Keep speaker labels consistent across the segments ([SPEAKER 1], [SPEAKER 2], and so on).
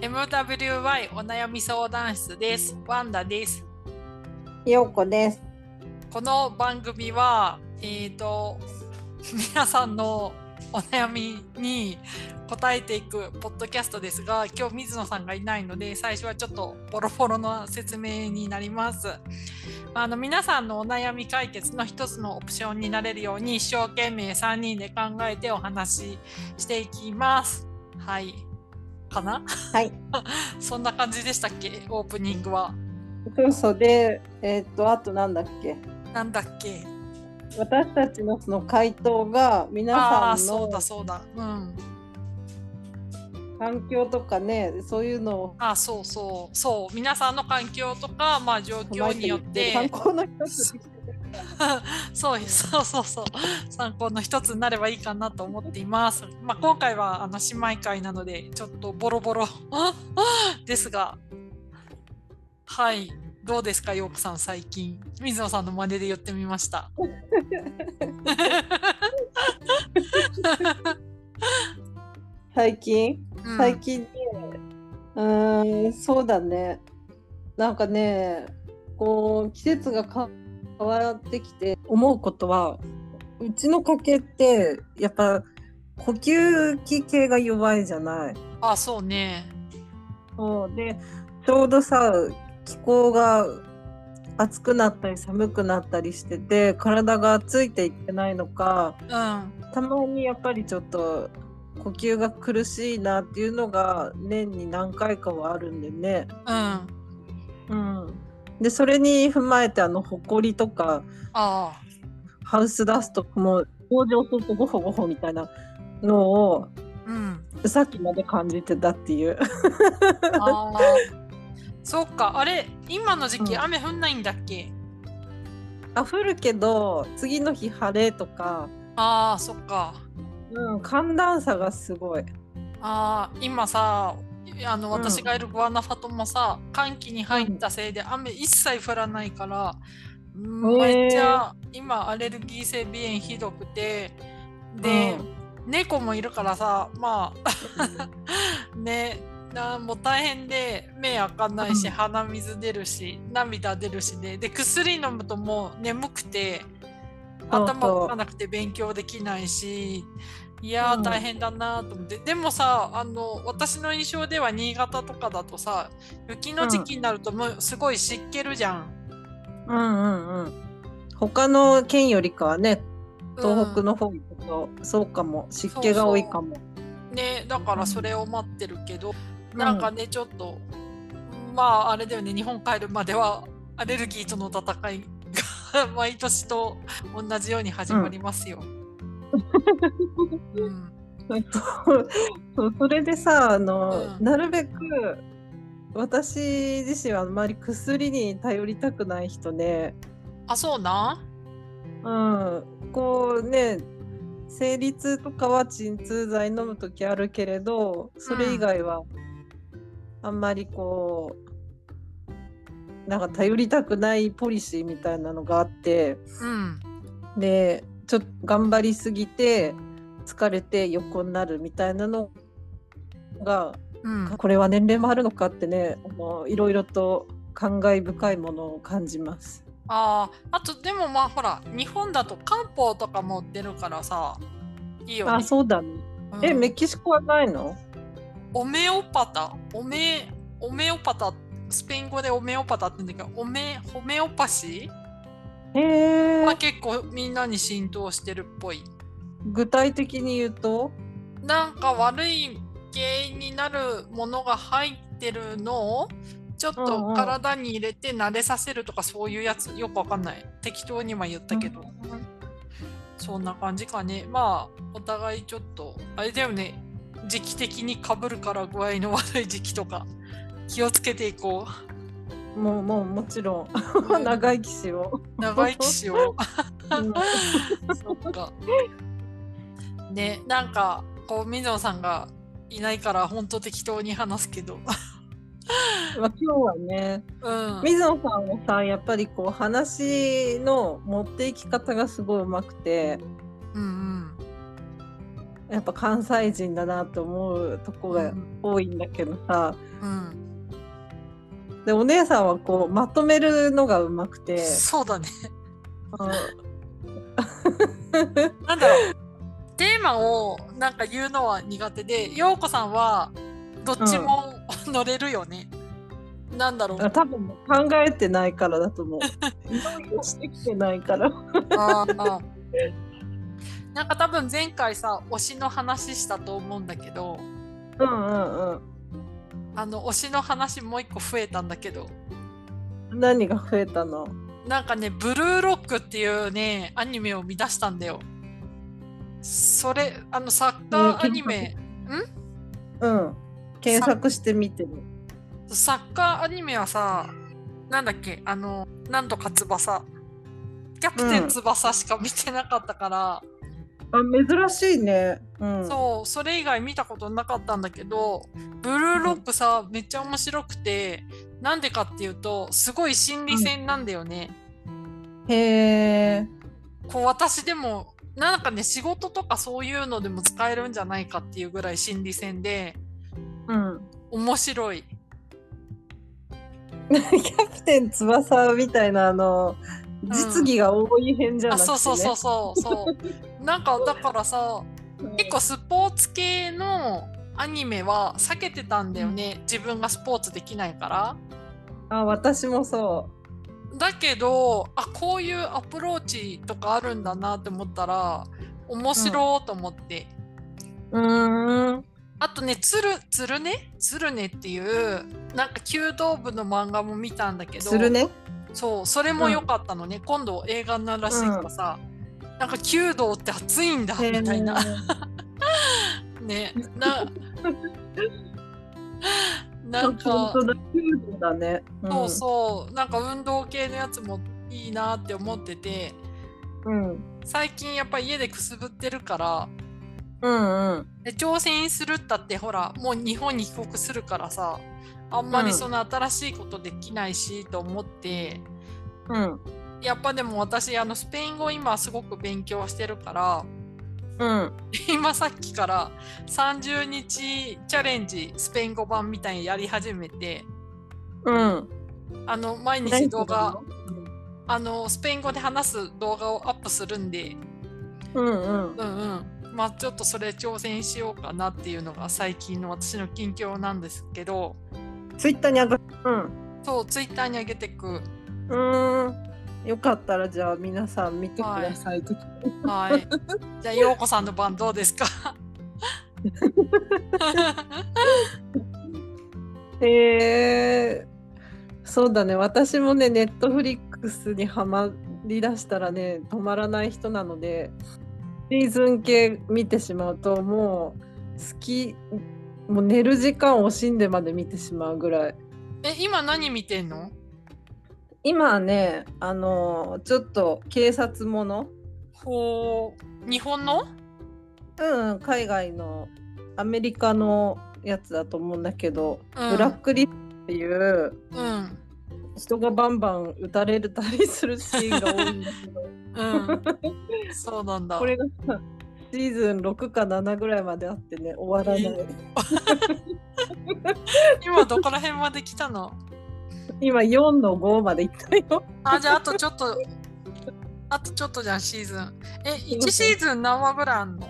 [SPEAKER 1] MWY お悩み相談室です。ワンダです。
[SPEAKER 2] ようこです。
[SPEAKER 1] この番組は、えっ、と、皆さんのお悩みに答えていくポッドキャストですが、今日水野さんがいないので、最初はちょっとボロボロの説明になります。あの皆さんのお悩み解決の一つのオプションになれるように、一生懸命3人で考えてお話ししていきます。はい。かな
[SPEAKER 2] はい。
[SPEAKER 1] そんな感じでしたっけオープニングは。
[SPEAKER 2] それ、えーっと、あとなんだっけ。
[SPEAKER 1] なんだっけ
[SPEAKER 2] 私たちのその回答が皆
[SPEAKER 1] ああー、
[SPEAKER 2] さん
[SPEAKER 1] そう
[SPEAKER 2] の
[SPEAKER 1] だそうだ。うん。
[SPEAKER 2] 環境とかね、そういうのを
[SPEAKER 1] あそうそう。そう。皆さんの環境とか、まあ状況によっ
[SPEAKER 2] 参
[SPEAKER 1] て、
[SPEAKER 2] 考の一つにしてる
[SPEAKER 1] そうそうそうそう。参考の一つになればいいかなと思っています。まあ今回はあの姉妹会なので、ちょっとボロボロ ですが、はい。どうですか、ヨークさん、最近。水野さんの真似で言ってみました。
[SPEAKER 2] 最近、
[SPEAKER 1] うん
[SPEAKER 2] 最近ね、うーん、そうだね。なんかね、こう季節がか変わってきて思うことは、うちの家系ってやっぱ呼吸器系が弱いじゃない。
[SPEAKER 1] あそうね。
[SPEAKER 2] そうでちょうどさ気候が暑くなったり寒くなったりしてて体がついていってないのか
[SPEAKER 1] うん。
[SPEAKER 2] たまにやっぱりちょっと呼吸が苦しいなっていうのが年に何回かはあるんでね。
[SPEAKER 1] うん。
[SPEAKER 2] うん、でそれに踏まえてあのほこりとか
[SPEAKER 1] ああ
[SPEAKER 2] ハウスダストも登場するとゴホゴホみたいなのを
[SPEAKER 1] うん
[SPEAKER 2] さっきまで感じてたっていう。
[SPEAKER 1] ああ そっかあれ今の時期
[SPEAKER 2] うん
[SPEAKER 1] 雨降んないんだっけ、
[SPEAKER 2] あ降るけど次の日晴れとか。
[SPEAKER 1] ああそっか
[SPEAKER 2] うん、寒暖差がすごい。
[SPEAKER 1] ああ今さあの
[SPEAKER 2] ん
[SPEAKER 1] 私がいるグアナファトもさ寒気に入ったせいで雨一切降らないから、うんめっちゃ今アレルギー性鼻炎ひどくてで、猫もいるからさまあ ねなもう大変で目開かないし
[SPEAKER 2] うん
[SPEAKER 1] 鼻水出るし涙出るしでで薬飲むともう眠くて
[SPEAKER 2] そう
[SPEAKER 1] 頭動かなくて勉強できないしいや
[SPEAKER 2] う
[SPEAKER 1] ー
[SPEAKER 2] ん
[SPEAKER 1] 大変だなと思って、でもさあの私の印象では新潟とかだとさ雪の時期になるともうすごい湿気るじゃん。
[SPEAKER 2] うん、うんうんうん他の県よりかはね、東北
[SPEAKER 1] うん
[SPEAKER 2] の方行くと、そうかも、湿気が多いかも。
[SPEAKER 1] ねだからそれを待ってるけど、なんかねちょっとまああれだよね日本帰るまではアレルギーとの戦いが 毎年と同じように始まりますよ。うん、
[SPEAKER 2] そうそうそれでさあの、
[SPEAKER 1] うん
[SPEAKER 2] なるべく私自身はあんまり薬に頼りたくない人で、
[SPEAKER 1] あそうな
[SPEAKER 2] うん、こうね生理痛とかは鎮痛剤飲む時あるけれどそれ以外はあんまりこうなんか頼りたくないポリシーみたいなのがあって
[SPEAKER 1] うん
[SPEAKER 2] でちょっと頑張りすぎて疲れて横になるみたいなのが
[SPEAKER 1] うん
[SPEAKER 2] これは年齢もあるのかってねあのいろいろと感慨深いものを感じます。
[SPEAKER 1] あーあとでもまあほら日本だと漢方とかも売ってるからさいいよね。
[SPEAKER 2] あそうだね。
[SPEAKER 1] うん
[SPEAKER 2] えメキシコはないの
[SPEAKER 1] オメオパタオメオメオパタスペイン語でオメオパタって言うんだけどオメホメオパシー
[SPEAKER 2] へ
[SPEAKER 1] は
[SPEAKER 2] ー
[SPEAKER 1] 結構みんなに浸透してるっぽい。
[SPEAKER 2] 具体的に言うと、
[SPEAKER 1] なんか悪い原因になるものが入ってるのをちょっ
[SPEAKER 2] うんう
[SPEAKER 1] と
[SPEAKER 2] ん
[SPEAKER 1] 体に入れて慣れさせるとかそういうやつよくわかんない適当に今言ったけど、そんな感じかねまあお互いちょっとあれだよね時期的にかぶるから具合の悪い時期とか気をつけていこ
[SPEAKER 2] もうもうもちろ
[SPEAKER 1] う
[SPEAKER 2] ん 長生きしよ
[SPEAKER 1] 長生きしよう
[SPEAKER 2] う。うん
[SPEAKER 1] そっかねなんかこう水野さんがいないから本当適当に話すけど
[SPEAKER 2] まあ、今日はね
[SPEAKER 1] うん
[SPEAKER 2] 水野さんもさやっぱりこう話の持っていき方がすごいうまくて
[SPEAKER 1] うんうん
[SPEAKER 2] やっぱ関西人だなと思うとこ
[SPEAKER 1] う
[SPEAKER 2] が
[SPEAKER 1] ん
[SPEAKER 2] 多いんだけどさ
[SPEAKER 1] うん
[SPEAKER 2] でお姉さんはこうまとめるのがうまくて、
[SPEAKER 1] そうだね
[SPEAKER 2] うん
[SPEAKER 1] なんだろうテーマをなんか言うのは苦手で陽子さんはどっちも 乗れるよね、なんだろう
[SPEAKER 2] あ多分考えてないからだと思 う。用意してきてないから。
[SPEAKER 1] あーなんか多分前回さ推しの話したと思うんだけど
[SPEAKER 2] うんうんうん。
[SPEAKER 1] あの推しの話もう一個増えたんだけど
[SPEAKER 2] 何が増えたの
[SPEAKER 1] なんかね「ブルーロック」っていうねアニメを見出したんだよ。それあのサッカーアニメ、
[SPEAKER 2] うん。検索してみてる。
[SPEAKER 1] サッカーアニメはさなんだっけあのなんとか翼キャプテン翼しか見てなかったから、
[SPEAKER 2] あ珍しいね。うん。
[SPEAKER 1] そうそれ以外見たことなかったんだけどブルーロックさめっちゃ面白くてなんでかっていうとすごい心理戦なんだよね。
[SPEAKER 2] へえ。
[SPEAKER 1] こう私でもなんかね仕事とかそういうのでも使えるんじゃないかっていうぐらい心理戦で
[SPEAKER 2] うん。
[SPEAKER 1] 面白い。
[SPEAKER 2] キャプテン翼みたいなあの
[SPEAKER 1] ん
[SPEAKER 2] 実技が多い編じゃな
[SPEAKER 1] あ
[SPEAKER 2] くて、ね
[SPEAKER 1] そうそうそうそうそう。なんかだからさ結構スポーツ系のアニメは避けてたんだよね自分がスポーツできないから。
[SPEAKER 2] あ私もそ
[SPEAKER 1] だけどあこういうアプローチとかあるんだなって思ったら面白いと思って。
[SPEAKER 2] う。うーん。
[SPEAKER 1] あとね、つる、つるねつるねっていう、なんか弓道部の漫画も見たんだけど、
[SPEAKER 2] するね。
[SPEAKER 1] そう、それも良かったのね。今度映画になるらしいからさ、なんか弓道って熱いんだ、みたいな。 ね、な、な
[SPEAKER 2] なん
[SPEAKER 1] ん
[SPEAKER 2] か
[SPEAKER 1] か
[SPEAKER 2] 本、当だ。キュートだね。ん
[SPEAKER 1] そうそう、なんか運動系のやつもいいなって思ってて、
[SPEAKER 2] うん。
[SPEAKER 1] 最近やっぱ家でくすぶってるから、
[SPEAKER 2] うんうん。
[SPEAKER 1] で挑戦するったってほらもう日本に帰国するからさあんまりその新しいことできないし、と思って
[SPEAKER 2] うん。
[SPEAKER 1] やっぱでも私あのスペイン語今すごく勉強してるから
[SPEAKER 2] うん。
[SPEAKER 1] 今さっきから30日チャレンジスペイン語版みたいにやり始めて
[SPEAKER 2] うん。
[SPEAKER 1] あの毎日動画あのスペイン語で話す動画をアップするんで
[SPEAKER 2] うんうん。
[SPEAKER 1] うんうんまあちょっとそれ挑戦しようかなっていうのが最近の私の近況なんですけど。
[SPEAKER 2] ツイッターに上がうん。
[SPEAKER 1] そう、ツイッターに上げて く。
[SPEAKER 2] うーん。よかったらじゃあ皆さん見てください。
[SPEAKER 1] はい。じゃあ、ようこさんの番どう ですか
[SPEAKER 2] えー、そうだね。私もね、ネットフリックスにはまりだしたらね、止まらない人なので、シーズン系見てしまうと、もう好き、もう寝る時間を惜しんでまで見てしまうぐらい。
[SPEAKER 1] え、今何見てんの
[SPEAKER 2] 今はね、あのちょっと警察もの、
[SPEAKER 1] ほう、日本の
[SPEAKER 2] うんうん、海外のアメリカのやつだと思うんだけど、
[SPEAKER 1] うん
[SPEAKER 2] ブラックリストっていう
[SPEAKER 1] うん。
[SPEAKER 2] 人がバンバン撃たれるたりするシーンが多いんだけど
[SPEAKER 1] う ん。 そうなんだ。
[SPEAKER 2] これが さシーズン6か7ぐらいまであってね終わらない、
[SPEAKER 1] 今どこら辺まで来たの
[SPEAKER 2] 今4の5までいったよ
[SPEAKER 1] あ、じゃあ、あとちょっと、あとちょっとじゃん、シーズン。え、
[SPEAKER 2] いま
[SPEAKER 1] 1
[SPEAKER 2] せん
[SPEAKER 1] シーズン何話ぐらいあんの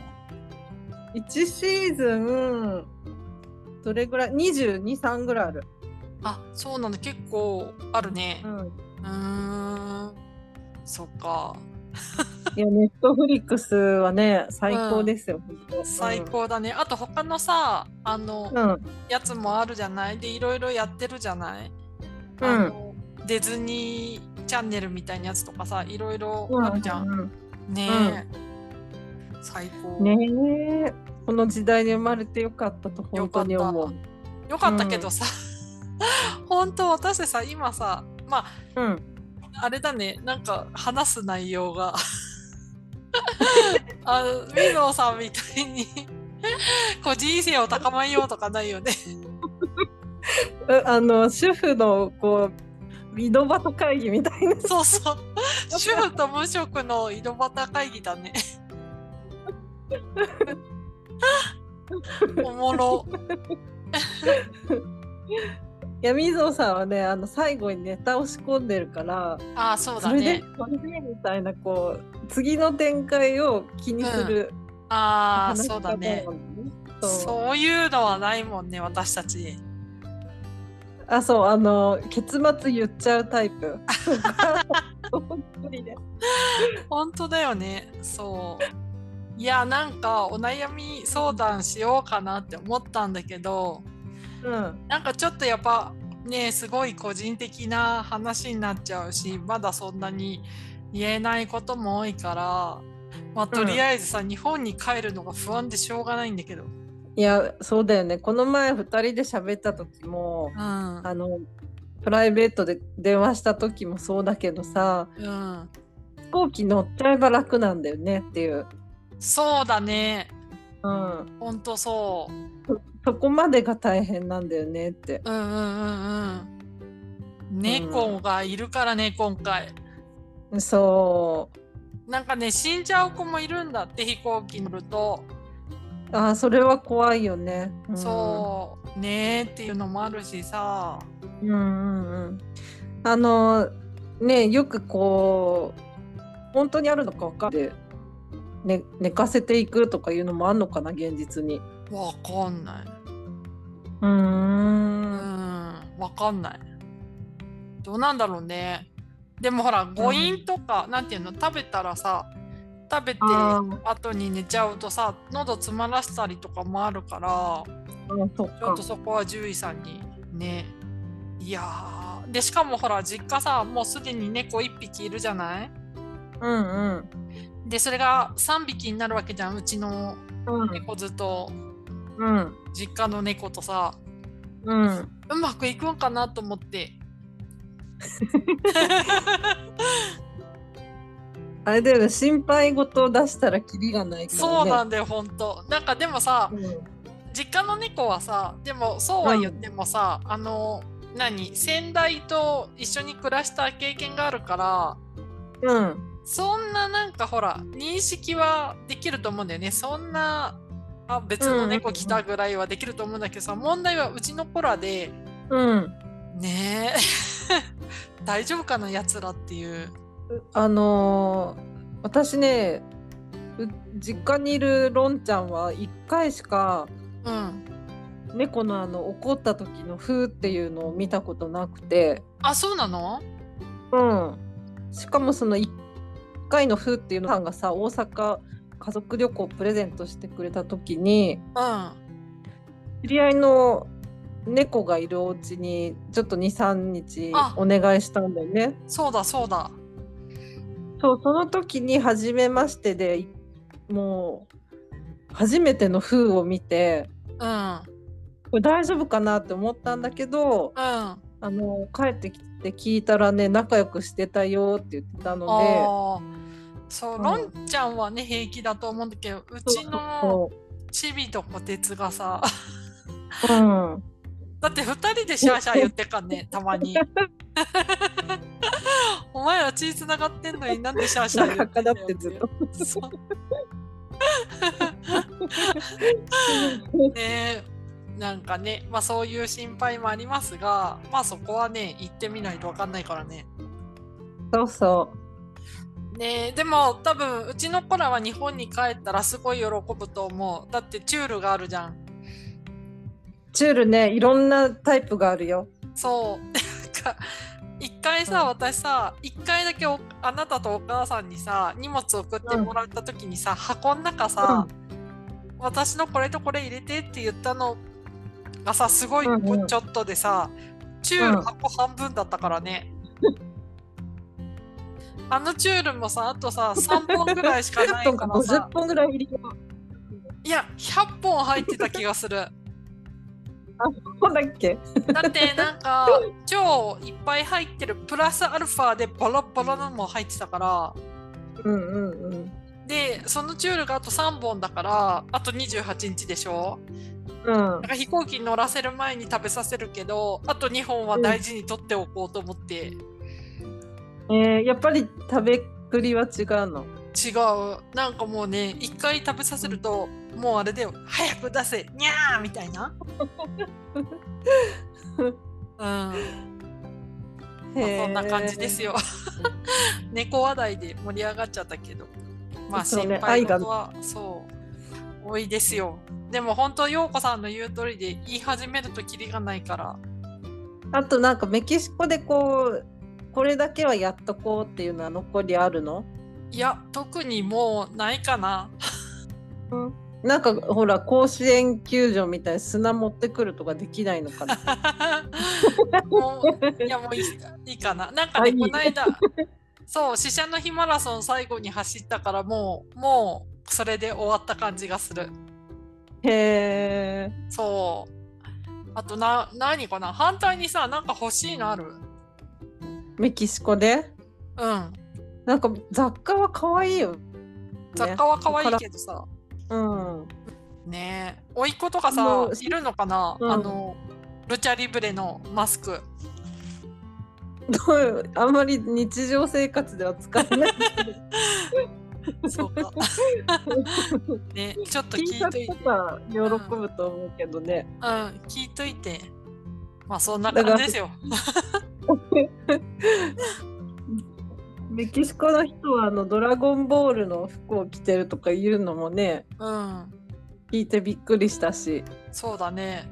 [SPEAKER 2] 1シーズンどれぐらい223ぐらいある、
[SPEAKER 1] あ、そうなんだ。結構あるね
[SPEAKER 2] う。ん、
[SPEAKER 1] うーん。そっか。
[SPEAKER 2] いやネットフリックスはね最高ですよ、本当
[SPEAKER 1] 最高だね。あと他のさ、あの、
[SPEAKER 2] うん、
[SPEAKER 1] やつもあるじゃないでいろいろやってるじゃない、
[SPEAKER 2] うん
[SPEAKER 1] あのディズニーチャンネルみたいなやつとかさいろいろ
[SPEAKER 2] うん、
[SPEAKER 1] あるじゃん、
[SPEAKER 2] うん
[SPEAKER 1] ねえ、最高、
[SPEAKER 2] ねえこの時代に生まれてよかったと本当に思う。
[SPEAKER 1] よかったけどさ、 本当私たちさ今さま
[SPEAKER 2] うん、
[SPEAKER 1] ああれだねなんか話す内容 があの水野さんみたいに こう人生を高めようとかないよね
[SPEAKER 2] えあの主婦のこう井戸端会議みたいな
[SPEAKER 1] そうそう主 婦と無職の井戸端会議だねおもろ。
[SPEAKER 2] いやみぞさんはねあの最後にネタを仕込んでるから
[SPEAKER 1] あーそうだ
[SPEAKER 2] それで
[SPEAKER 1] ね。
[SPEAKER 2] これでみたいなこう次の展開を気にする
[SPEAKER 1] ああ
[SPEAKER 2] 話し
[SPEAKER 1] そう
[SPEAKER 2] 方な
[SPEAKER 1] だ
[SPEAKER 2] のね
[SPEAKER 1] ね。。
[SPEAKER 2] そう
[SPEAKER 1] そういうのはないもんね私たち。
[SPEAKER 2] あそうあの結末言っちゃうタイプ。本当にね。
[SPEAKER 1] 本当だよねそういやなんかお悩み相談しようかなって思ったんだけど
[SPEAKER 2] うん
[SPEAKER 1] なんかちょっとやっぱねすごい個人的な話になっちゃうしまだそんなに言えないことも多いからまあとりあえずさ、日本に帰るのが不安でしょうがないんだけどうん
[SPEAKER 2] いやそうだよねこの前2人で喋った時も
[SPEAKER 1] うん
[SPEAKER 2] あのプライベートで電話した時もそうだけどさ飛行機乗っちゃえば楽なんだよねっていう、
[SPEAKER 1] そうだね
[SPEAKER 2] うん、
[SPEAKER 1] ほんとそう
[SPEAKER 2] そこまでが大変なんだよねって。
[SPEAKER 1] うんうんうんうん猫がいるからね今回
[SPEAKER 2] そ
[SPEAKER 1] なんかね死んじゃう子もいるんだって飛行機乗ると、
[SPEAKER 2] うあそれは怖いよね。うん、
[SPEAKER 1] そうねーっていうのもあるしさ
[SPEAKER 2] うんうんうんあのねよくこう本当にあるのか分かんない、ね、寝かせていくとかいうのもあんのかな現実に。
[SPEAKER 1] わかんないう
[SPEAKER 2] ー
[SPEAKER 1] うん
[SPEAKER 2] ん
[SPEAKER 1] わかんないどうなんだろうねでもほら誤飲とか、なんていうの食べたらさ食べて
[SPEAKER 2] あー
[SPEAKER 1] 後に寝ちゃうとさ喉詰まらせたりとかもあるから
[SPEAKER 2] そっ
[SPEAKER 1] ちょっ
[SPEAKER 2] か
[SPEAKER 1] とそこは獣医さんにねいやーでしかもほら実家さもうすでに猫1匹いるじゃない
[SPEAKER 2] うんうん
[SPEAKER 1] でそれが3匹になるわけじゃんうちの
[SPEAKER 2] うん
[SPEAKER 1] 猫ずっと
[SPEAKER 2] うん
[SPEAKER 1] 実家の猫とさ
[SPEAKER 2] うん
[SPEAKER 1] うまくいくんかなと思って
[SPEAKER 2] あれだよね心配事を出したらキリがないから、ね、
[SPEAKER 1] そうなんんだよほんとなんかでもさ実家の猫はさでもそうは言ってもさ、あの何先代と一緒に暮らした経験があるから
[SPEAKER 2] うん
[SPEAKER 1] そんななんかほら認識はできると思うんだよねそんなあ別の猫来たぐらいはできると思うんだけどさ問題はうちの子らで
[SPEAKER 2] うん
[SPEAKER 1] ねえ 大丈夫かなやつらっていう
[SPEAKER 2] あのー私ねう実家にいるロンちゃんは1回しか
[SPEAKER 1] うん
[SPEAKER 2] 猫のあの怒った時の「ふ」っていうのを見たことなくて、
[SPEAKER 1] あそうなの
[SPEAKER 2] うん、しかもその1回の「ふ」っていうのさんがさ大阪家族旅行プレゼントしてくれた時に
[SPEAKER 1] うん
[SPEAKER 2] 知り合いの猫がいるお家にちょっと23日
[SPEAKER 1] あ
[SPEAKER 2] お願いしたんだよね。
[SPEAKER 1] そうだそうだ
[SPEAKER 2] そうその時に初めましてでいもう初めての「ふ」を見て
[SPEAKER 1] うん
[SPEAKER 2] これ大丈夫かなって思ったんだけど
[SPEAKER 1] うんあ
[SPEAKER 2] あの帰ってきて聞いたらね仲良くしてたよって言ってたの
[SPEAKER 1] あそう、
[SPEAKER 2] うん
[SPEAKER 1] ロンちゃんはね平気だと思うんだけどう
[SPEAKER 2] で
[SPEAKER 1] ちの
[SPEAKER 2] そう
[SPEAKER 1] チビとこてつがさ
[SPEAKER 2] そうそううん
[SPEAKER 1] だって2人でシャーシャー言ってっかん ねたまに お前ら血つながってんのになんでシャーシャー言
[SPEAKER 2] 仲
[SPEAKER 1] って
[SPEAKER 2] か
[SPEAKER 1] んの
[SPEAKER 2] だっ
[SPEAKER 1] よ
[SPEAKER 2] てず っと。
[SPEAKER 1] そうねなんかねまあそういう心配もありますがまあそこはね行ってみないと分かんないからね
[SPEAKER 2] そうそ
[SPEAKER 1] ねでも多分うちの子らは日本に帰ったらすごい喜ぶと思うだってチュールがあるじゃん
[SPEAKER 2] うチュールねいろんなタイプがあるよ。
[SPEAKER 1] そう なんか一回さ、
[SPEAKER 2] うん
[SPEAKER 1] 私さ一回だけおあなたとお母さんにさ荷物送ってもらった時にさ、箱の中さ、私のこれとこれ入れてって言ったのがさすごい
[SPEAKER 2] うんうん
[SPEAKER 1] ちょっとでさ、チュー
[SPEAKER 2] う
[SPEAKER 1] ル
[SPEAKER 2] ん
[SPEAKER 1] 箱半分だったから ね、あのチュールもさあとさ3本ぐらいしかない
[SPEAKER 2] 10
[SPEAKER 1] か
[SPEAKER 2] から50
[SPEAKER 1] さ
[SPEAKER 2] 本ぐらい入りよ
[SPEAKER 1] いや100本入ってた気がする
[SPEAKER 2] そうだっけ
[SPEAKER 1] だってなんか超いっぱい入ってるプラスアルファでバラバラなのも入ってたから
[SPEAKER 2] うんうんうん
[SPEAKER 1] でそのチュールがあと3本だからあと28日でしょ
[SPEAKER 2] うん
[SPEAKER 1] なんか飛行機に乗らせる前に食べさせるけどあと2本は大事に取っておこうと思って、違う
[SPEAKER 2] えーやっぱり食べっぷりは違うの。
[SPEAKER 1] なんかもうね1回食べさせるともうあれだよ早く出せにゃーみたいなうんまあそんな感じです
[SPEAKER 2] よ。
[SPEAKER 1] よ猫話題で盛り上がっちゃったけどまあ
[SPEAKER 2] そう
[SPEAKER 1] 心
[SPEAKER 2] ね
[SPEAKER 1] 配事はそう多いですよでも本当陽子さんの言う通りで言い始めるとキリがないから
[SPEAKER 2] あとなんかメキシコでこうこれだけはやっとこうっていうのは残りあるの
[SPEAKER 1] いや特にもうないか な
[SPEAKER 2] なんかほら甲子園球場みたいに砂持ってくるとかできないのかな
[SPEAKER 1] もういやもういいいいかな。なんか
[SPEAKER 2] あい
[SPEAKER 1] ね、
[SPEAKER 2] い
[SPEAKER 1] この間、そう、死者の日マラソン最後に走ったから、もう、もう、それで終わった感じがする。
[SPEAKER 2] へえ
[SPEAKER 1] そう。あとな、何かな反対にさ、なんか欲しいのある
[SPEAKER 2] メキシコで
[SPEAKER 1] うん。
[SPEAKER 2] なんか雑貨は可愛いよ、ね、
[SPEAKER 1] 雑貨は可愛いけどさ。
[SPEAKER 2] うん
[SPEAKER 1] ねえ。甥っ子とか
[SPEAKER 2] も
[SPEAKER 1] さ
[SPEAKER 2] う、
[SPEAKER 1] いるのかな、
[SPEAKER 2] うん
[SPEAKER 1] あの、ルチャリブレのマスク。
[SPEAKER 2] どういうあんまり日常生活では使えない
[SPEAKER 1] そう か。ね、ちょっと
[SPEAKER 2] T
[SPEAKER 1] 聞
[SPEAKER 2] シ
[SPEAKER 1] い
[SPEAKER 2] ャ
[SPEAKER 1] とい
[SPEAKER 2] ツ
[SPEAKER 1] て
[SPEAKER 2] と。か喜ぶと思うけどね、
[SPEAKER 1] うん、聞いといて。まあ、そんな
[SPEAKER 2] だか
[SPEAKER 1] 感
[SPEAKER 2] ら
[SPEAKER 1] じですよ。
[SPEAKER 2] メキシコの人はあのドラゴンボールの服を着てるとか言うのもね
[SPEAKER 1] うん。
[SPEAKER 2] 聞いてびっくりしたし
[SPEAKER 1] そうだね。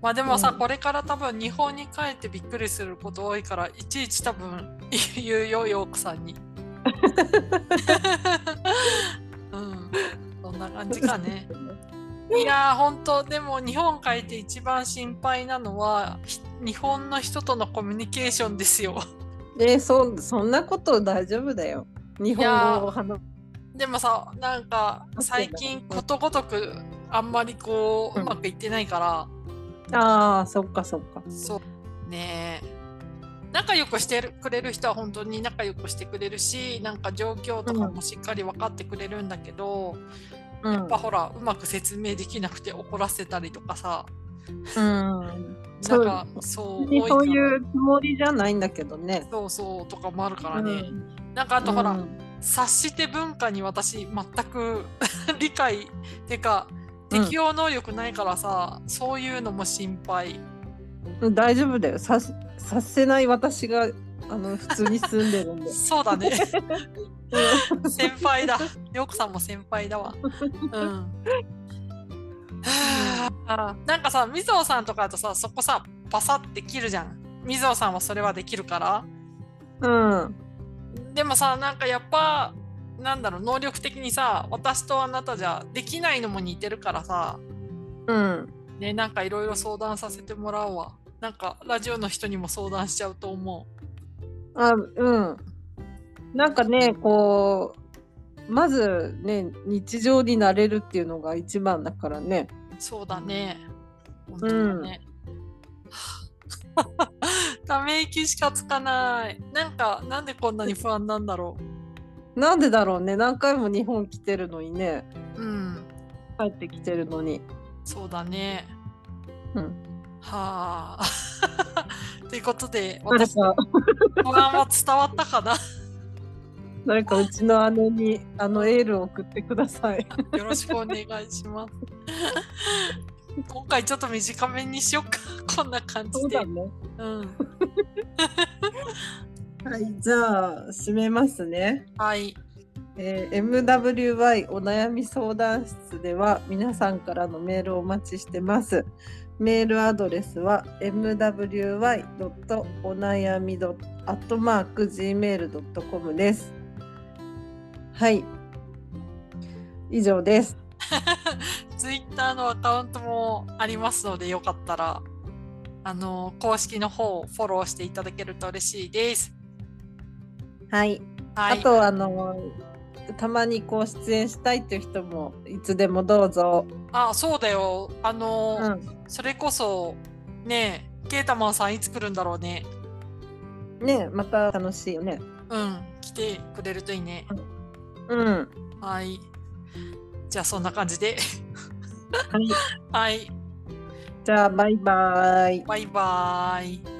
[SPEAKER 1] まあでもさ、
[SPEAKER 2] うん
[SPEAKER 1] これから多分日本に帰ってびっくりすること多いから、いちいち多分 言うよ、ヨークさん に。うん、そんな感じかね。いやー、本当でも日本帰って一番心配なのは、ひ日本の人とのコミュニケーションですよ。
[SPEAKER 2] えそそんなこと大丈夫だよ日本語を話
[SPEAKER 1] でもさ、なんか最近ことごとくあんまりこう、
[SPEAKER 2] う
[SPEAKER 1] うんまくいってないから、
[SPEAKER 2] ああそっかそっか
[SPEAKER 1] そうねえ仲良くしてるくれる人は本当に仲良くしてくれるしなんか状況とかもしっかり分かってくれるんだけど、
[SPEAKER 2] うん
[SPEAKER 1] やっぱほらうまく説明できなくて怒らせたりとかさ
[SPEAKER 2] うん
[SPEAKER 1] な
[SPEAKER 2] そ
[SPEAKER 1] ん
[SPEAKER 2] う
[SPEAKER 1] かそう
[SPEAKER 2] 別に
[SPEAKER 1] 多いか
[SPEAKER 2] そう
[SPEAKER 1] ら
[SPEAKER 2] いうつもりじゃないんだけどね
[SPEAKER 1] そうそうとかもあるから
[SPEAKER 2] う
[SPEAKER 1] ね、
[SPEAKER 2] ん
[SPEAKER 1] なんかあとほら、
[SPEAKER 2] うん
[SPEAKER 1] 察して文化に私全く 理解ってか適応能力ないからさ、そういうのも心配
[SPEAKER 2] うん大丈夫だよさしさせない私があの普通に住んでるんで
[SPEAKER 1] そうだね 先輩だ。よくさんも先輩だわ。うん。はあなんかさ、みぞおさんとかだとさ、そこさ、パサって切るじゃん。みぞおさんはそれはできるから。
[SPEAKER 2] うん
[SPEAKER 1] でもさ、なんかやっぱ、なんだろう、能力的にさ、私とあなたじゃできないのも似てるからさ、
[SPEAKER 2] うん
[SPEAKER 1] ね、なんかいろいろ相談させてもらうわ。なんかラジオの人にも相談しちゃうと思
[SPEAKER 2] あうんなんかねこうまずね日常になれるっていうのが一番だからね
[SPEAKER 1] う。そうだね。本当だね。 ため息しかつかない。なんか、なんでこんなに不安なんだろ
[SPEAKER 2] なんでだろうね何回も日本来てるのにね
[SPEAKER 1] う。うん、
[SPEAKER 2] 帰ってきてるのに
[SPEAKER 1] そうだね。
[SPEAKER 2] うん
[SPEAKER 1] はあ。 ということで、
[SPEAKER 2] 誰
[SPEAKER 1] 私
[SPEAKER 2] か
[SPEAKER 1] の不安は伝わったかな。
[SPEAKER 2] 誰かうちの姉にあのエールを送ってください
[SPEAKER 1] よろしくお願いし ます。今回ちょっと短めにしよっか。こんな感じで。
[SPEAKER 2] ね
[SPEAKER 1] うん。
[SPEAKER 2] はいじゃあ締めますね
[SPEAKER 1] はい。
[SPEAKER 2] えー MWY お悩み相談室では皆さんからのメールをお待ちしてます。メールアドレスは mwy.onayami.gmail.com です。はい。以上です。
[SPEAKER 1] Twitter のアカウントもありますので、よかったら、あの、公式の方をフォローしていただけると嬉しいです。
[SPEAKER 2] はい。
[SPEAKER 1] は
[SPEAKER 2] あ
[SPEAKER 1] い。
[SPEAKER 2] と、あのたまにこう出演したいという人もいつでもどうぞ。
[SPEAKER 1] あ、そうだよ。あの、
[SPEAKER 2] う
[SPEAKER 1] それこそ、ねえ、ケータマンさんいつ来るんだろうね。
[SPEAKER 2] ん、ねまた楽しいよね。
[SPEAKER 1] うん、来てくれるといいね。
[SPEAKER 2] うん。
[SPEAKER 1] はい。じゃあ、そんな感じで。
[SPEAKER 2] はい。
[SPEAKER 1] はい。
[SPEAKER 2] じゃあバイバイ。
[SPEAKER 1] バイバーイ。